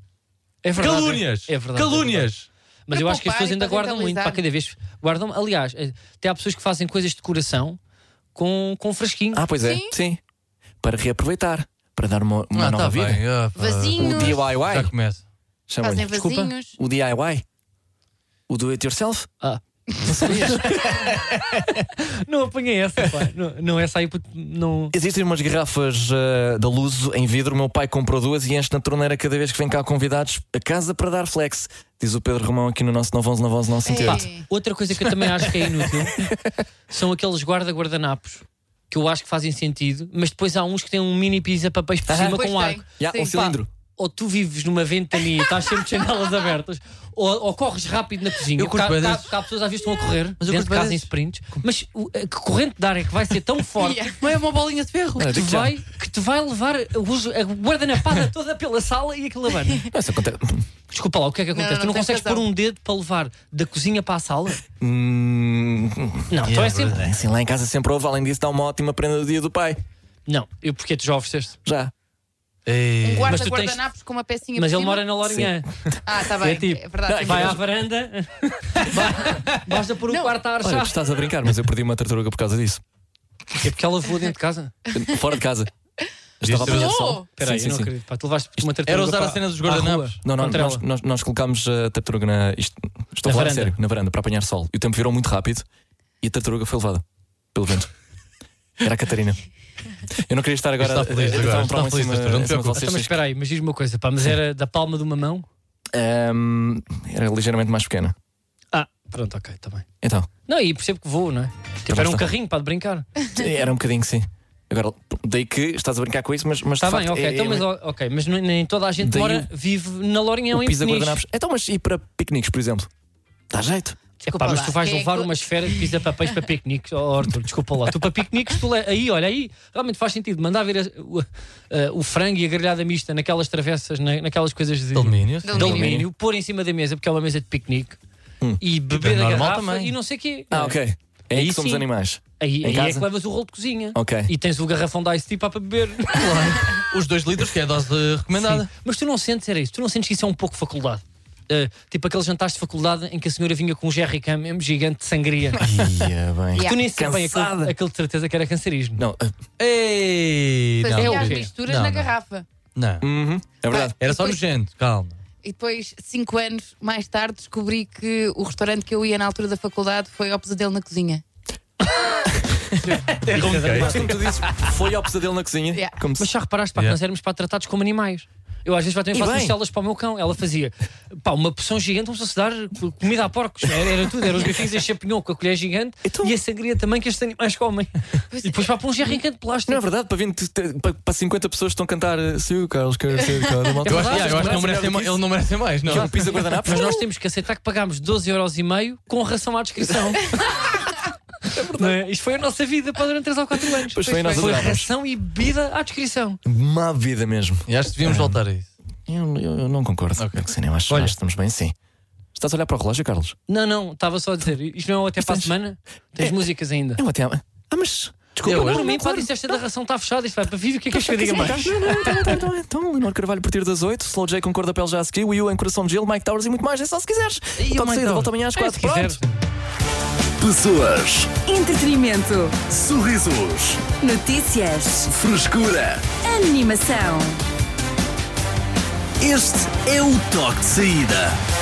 [SPEAKER 3] É verdade. é-
[SPEAKER 5] Calúnias!
[SPEAKER 3] É verdade. é verdade.
[SPEAKER 5] Calúnias!
[SPEAKER 3] Mas
[SPEAKER 6] Para
[SPEAKER 3] eu acho que as
[SPEAKER 6] poupar
[SPEAKER 3] pessoas
[SPEAKER 6] e
[SPEAKER 3] ainda
[SPEAKER 6] para
[SPEAKER 3] guardam muito.
[SPEAKER 6] rentabilizar.
[SPEAKER 3] Para cada vez guardam. Aliás, eh, até há pessoas que fazem coisas de coração com, com fresquinho.
[SPEAKER 4] Ah, pois é.
[SPEAKER 6] Sim.
[SPEAKER 4] Sim. Para reaproveitar. Para dar uma, uma
[SPEAKER 5] Ah,
[SPEAKER 4] nova
[SPEAKER 5] tá
[SPEAKER 4] vida.
[SPEAKER 5] bem. ah, pá.
[SPEAKER 4] O
[SPEAKER 6] Vasinhos,
[SPEAKER 5] Já
[SPEAKER 4] DIY.
[SPEAKER 5] começa.
[SPEAKER 4] Chamam-lhe.
[SPEAKER 6] fazem
[SPEAKER 3] Desculpa.
[SPEAKER 6] vasinhos.
[SPEAKER 4] O DIY. O do it yourself.
[SPEAKER 3] Ah. não apanhei essa, pá. Não, não essa aí, puto, não.
[SPEAKER 4] Existem umas garrafas eh, da Luzo em vidro. O meu pai comprou duas e enche na torneira cada vez que vem cá convidados a casa para dar flex. Diz o Pedro Romão aqui no nosso 911 911
[SPEAKER 3] Pá,
[SPEAKER 4] 958.
[SPEAKER 6] Ei.
[SPEAKER 3] outra coisa que eu também acho que é inútil são aqueles guarda-guardanapos que eu acho que fazem sentido, mas depois há uns que têm um mini pisa papéis por
[SPEAKER 4] Aham.
[SPEAKER 3] cima
[SPEAKER 6] Pois
[SPEAKER 3] com um
[SPEAKER 6] tem.
[SPEAKER 3] arco.
[SPEAKER 4] Já, um
[SPEAKER 6] Sim.
[SPEAKER 4] cilindro.
[SPEAKER 3] Ou tu vives numa ventania e estás sempre de janelas abertas, ou, ou corres rápido na cozinha.
[SPEAKER 5] Eu curto
[SPEAKER 3] Cá-
[SPEAKER 5] bem
[SPEAKER 3] cá-
[SPEAKER 5] desses.
[SPEAKER 3] cá há pessoas às vezes que estão a correr
[SPEAKER 5] Mas eu
[SPEAKER 3] dentro
[SPEAKER 5] curto
[SPEAKER 3] de
[SPEAKER 5] bem
[SPEAKER 3] casa em
[SPEAKER 5] desses.
[SPEAKER 3] sprints, mas o- a- que corrente de ar é que vai ser tão forte
[SPEAKER 6] Yeah.
[SPEAKER 3] não é uma bolinha de
[SPEAKER 6] Um
[SPEAKER 3] ferro que,
[SPEAKER 4] digo
[SPEAKER 3] te
[SPEAKER 4] já.
[SPEAKER 3] vai, que te vai levar o- a guardanapada toda pela sala e aquilo abana.
[SPEAKER 4] Não, isso acontece.
[SPEAKER 3] Desculpa lá, o que é que
[SPEAKER 6] não,
[SPEAKER 3] acontece?
[SPEAKER 6] não,
[SPEAKER 3] tu não
[SPEAKER 6] tens
[SPEAKER 3] consegues pôr
[SPEAKER 6] razão.
[SPEAKER 3] um dedo para levar da cozinha para a sala?
[SPEAKER 4] Hum,
[SPEAKER 3] Não, então é sempre.
[SPEAKER 4] é assim, lá em casa sempre houve. Além disso, dá uma ótima prenda do dia do pai.
[SPEAKER 3] Não, eu porque tu já ofereceste.
[SPEAKER 4] Já.
[SPEAKER 5] Ei.
[SPEAKER 6] Um
[SPEAKER 3] Mas tu tens-
[SPEAKER 6] guarda-guardanapos com uma pecinha
[SPEAKER 3] Mas
[SPEAKER 6] por
[SPEAKER 3] ele
[SPEAKER 6] cima.
[SPEAKER 3] mora na Lorinhã.
[SPEAKER 6] Ah, tá bem.
[SPEAKER 3] É tipo-
[SPEAKER 6] verdade. tem
[SPEAKER 3] Vai à
[SPEAKER 6] razão.
[SPEAKER 3] varanda, vai- basta pôr um
[SPEAKER 6] Não.
[SPEAKER 3] quarto a
[SPEAKER 4] Olha,
[SPEAKER 3] archar.
[SPEAKER 4] estás a brincar, mas eu perdi uma tartaruga por causa disso.
[SPEAKER 3] É porque ela voa dentro de casa.
[SPEAKER 4] Fora de casa. Estava a
[SPEAKER 5] Isso é
[SPEAKER 4] apanhar
[SPEAKER 6] bom.
[SPEAKER 4] sol.
[SPEAKER 3] Espera aí,
[SPEAKER 4] Sim,
[SPEAKER 3] eu não
[SPEAKER 4] sim, sim.
[SPEAKER 3] acredito. Pá, tu levaste uma tartaruga
[SPEAKER 5] Era usar
[SPEAKER 3] para-
[SPEAKER 5] a cena dos
[SPEAKER 3] à rua
[SPEAKER 5] guardanapos.
[SPEAKER 4] Não, não,
[SPEAKER 3] Contra
[SPEAKER 4] nós,
[SPEAKER 3] ela.
[SPEAKER 4] nós, nós colocámos a tartaruga na. isto-
[SPEAKER 3] Na
[SPEAKER 4] estou a falar a
[SPEAKER 3] varanda.
[SPEAKER 4] sério, na varanda, para apanhar sol. E o tempo virou muito rápido e a tartaruga foi levada pelo vento. Era a Catarina. Eu não queria estar agora.
[SPEAKER 5] Está feliz
[SPEAKER 4] eh,
[SPEAKER 5] agora,
[SPEAKER 4] dar um
[SPEAKER 5] está
[SPEAKER 4] trauma em
[SPEAKER 5] feliz,
[SPEAKER 4] cima-
[SPEAKER 5] Arthur, não te
[SPEAKER 4] em cima de
[SPEAKER 5] preocupes.
[SPEAKER 4] vocês.
[SPEAKER 3] Então, mas espera aí, mas diz-me uma coisa, pá, mas era da palma de uma mão?
[SPEAKER 4] Ahm, Ehm, era ligeiramente mais pequena.
[SPEAKER 3] Ah, pronto, ok, está bem.
[SPEAKER 4] Então,
[SPEAKER 3] Não, e percebo que voo, não é? Tipo,
[SPEAKER 4] Tá
[SPEAKER 3] era um
[SPEAKER 4] bom.
[SPEAKER 3] carrinho para de brincar.
[SPEAKER 4] era um bocadinho sim. Agora, daí que estás a brincar com isso, mas. mas de
[SPEAKER 3] Está
[SPEAKER 4] facto,
[SPEAKER 3] bem, ok.
[SPEAKER 4] é-
[SPEAKER 3] então,
[SPEAKER 4] é-
[SPEAKER 3] mas, ó, é um ok, mas nem- nem toda a gente
[SPEAKER 4] Daí
[SPEAKER 3] mora, vive na Lourinhão
[SPEAKER 4] o
[SPEAKER 3] em
[SPEAKER 4] piso da
[SPEAKER 3] Peniche.
[SPEAKER 4] guardanapos. Então, mas e para piqueniques, por exemplo? Dá jeito.
[SPEAKER 3] Epá, mas
[SPEAKER 6] lá.
[SPEAKER 3] tu vais
[SPEAKER 6] Quem é
[SPEAKER 3] levar
[SPEAKER 6] que-
[SPEAKER 3] uma esfera de pizza papéis para piqueniques, oh, Arthur, desculpa lá. Tu para piqueniques, tu le... aí, olha, aí realmente faz sentido. Mandar ver a- o, a- o frango e a grelhada mista naquelas travessas, na- naquelas coisas de,
[SPEAKER 5] De alumínio.
[SPEAKER 6] De
[SPEAKER 3] de
[SPEAKER 6] alumínio.
[SPEAKER 3] alumínio, um pôr em cima da mesa, porque é uma mesa de piquenique, e beber da
[SPEAKER 5] normal
[SPEAKER 3] garrafa
[SPEAKER 5] também.
[SPEAKER 3] e não sei o quê.
[SPEAKER 4] Hum. Ah, ok. É aí
[SPEAKER 3] Aí
[SPEAKER 4] que somos
[SPEAKER 3] sim.
[SPEAKER 4] animais.
[SPEAKER 3] Aí,
[SPEAKER 4] Em
[SPEAKER 3] aí é
[SPEAKER 4] casa?
[SPEAKER 3] que levas o rolo de cozinha.
[SPEAKER 4] Ok.
[SPEAKER 3] E tens o garrafão da Ice Tea para beber.
[SPEAKER 5] Os dois litros, que é a dose eh, recomendada.
[SPEAKER 3] Sim. Mas tu não sentes, era isso, tu não sentes que isso é um pouco faculdade? Uh, tipo aqueles jantares de faculdade em que a senhora vinha com um jerrycan mesmo gigante de sangria.
[SPEAKER 4] Ia bem.
[SPEAKER 3] Tu
[SPEAKER 6] Yeah.
[SPEAKER 3] nem sabes bem aquele,
[SPEAKER 4] Cansada.
[SPEAKER 3] aquele de certeza que era cancerígeno.
[SPEAKER 4] Não, ah,
[SPEAKER 5] Ei!
[SPEAKER 6] Fazia
[SPEAKER 3] não,
[SPEAKER 6] as
[SPEAKER 3] é. não.
[SPEAKER 6] misturas
[SPEAKER 5] Não,
[SPEAKER 6] na
[SPEAKER 5] não.
[SPEAKER 6] garrafa.
[SPEAKER 5] Não.
[SPEAKER 4] uhum, é verdade.
[SPEAKER 5] Era só
[SPEAKER 6] Depois-
[SPEAKER 5] nojento, calma.
[SPEAKER 6] E depois, cinco anos mais tarde, descobri que o restaurante que eu ia na altura da faculdade foi ao pesadelo na cozinha.
[SPEAKER 5] é
[SPEAKER 4] Mas como tu dizes, foi ao pesadelo na cozinha.
[SPEAKER 6] Yeah.
[SPEAKER 4] Como se-
[SPEAKER 3] Mas já reparaste para
[SPEAKER 5] Yeah.
[SPEAKER 3] que nós éramos para tratados como animais. Eu às vezes já tenho
[SPEAKER 4] E
[SPEAKER 3] faço
[SPEAKER 4] bem.
[SPEAKER 3] mistelas para o meu cão. Ela fazia pá, uma poção gigante, vamos a dar comida a porcos. Era, era tudo, eram os bifinhos a chapinhão com a colher gigante
[SPEAKER 4] Então-
[SPEAKER 3] e a sangria também que estes animais comem. E depois pá, para um gerrincante de plástico.
[SPEAKER 4] Não é verdade, para, 20, te- para, para 50 pessoas que estão a cantar eh, Se o Carlos quer ser cada malta.
[SPEAKER 5] Eu acho,
[SPEAKER 3] É verdade,
[SPEAKER 5] yeah, eu acho que não
[SPEAKER 4] mas
[SPEAKER 5] merecem
[SPEAKER 4] melhor do
[SPEAKER 5] mais,
[SPEAKER 4] que
[SPEAKER 5] ele não merece mais, não.
[SPEAKER 4] isso. Um piso a guardanapos?
[SPEAKER 3] Mas nós temos que aceitar que pagámos 12,5€ com ração à descrição. Não é? Isto foi a nossa vida para durante 3 ou 4 anos.
[SPEAKER 4] Pois foi, nós
[SPEAKER 3] foi
[SPEAKER 4] adorávamos.
[SPEAKER 3] ração e bebida à descrição.
[SPEAKER 4] Má vida mesmo.
[SPEAKER 5] E acho que devíamos voltar a isso.
[SPEAKER 4] Eu, eu- eu não concordo. É que sim, eu acho,
[SPEAKER 3] Olha.
[SPEAKER 4] acho que estamos bem sim. Estás a olhar para o relógio, Carlos?
[SPEAKER 3] Não, não, estava só a dizer. Isto não é o até para a
[SPEAKER 4] Mas tens-
[SPEAKER 3] semana? Tens
[SPEAKER 4] É-
[SPEAKER 3] músicas ainda.
[SPEAKER 4] Eu até. Ah, mas. Desculpa,
[SPEAKER 3] Eu,
[SPEAKER 4] não,
[SPEAKER 3] por
[SPEAKER 4] não,
[SPEAKER 3] mim, pá,
[SPEAKER 4] claro.
[SPEAKER 3] disseste da ração está fechada. Isto vai para vivo. O que é que
[SPEAKER 4] Pois,
[SPEAKER 3] és que eu diga
[SPEAKER 4] sim,
[SPEAKER 3] mais?
[SPEAKER 4] Então, então, então, então, então, Leonor Carvalho a partir das 8, Slow J com cor da pele já a seguir, Will em coração de gelo, Mike Towers e muito mais, é só se quiseres.
[SPEAKER 3] E o
[SPEAKER 4] Toque de
[SPEAKER 3] Mike
[SPEAKER 4] saída,
[SPEAKER 3] Towers?
[SPEAKER 4] volta amanhã
[SPEAKER 3] É,
[SPEAKER 4] às
[SPEAKER 3] se
[SPEAKER 4] 4. Pronto.
[SPEAKER 3] quiseres.
[SPEAKER 1] Pessoas,
[SPEAKER 2] Entretenimento.
[SPEAKER 1] sorrisos,
[SPEAKER 2] Notícias.
[SPEAKER 1] frescura.
[SPEAKER 2] Animação.
[SPEAKER 1] Este é o toque de saída.